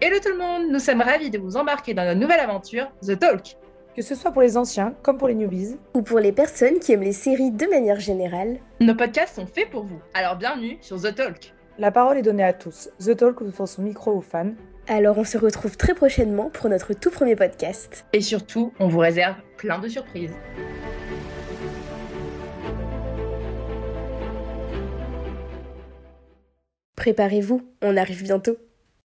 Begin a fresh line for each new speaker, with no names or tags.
Hello tout le monde, nous sommes ravis de vous embarquer dans notre nouvelle aventure, The Talk.
Que ce soit pour les anciens comme pour les newbies,
ou pour les personnes qui aiment les séries de manière générale.
Nos podcasts sont faits pour vous, alors bienvenue sur The Talk.
la parole est donnée à tous. The Talk ouvre son micro aux fans.
Alors on se retrouve très prochainement pour notre tout premier podcast.
Et surtout, on vous réserve plein de surprises.
Préparez-vous, on arrive bientôt.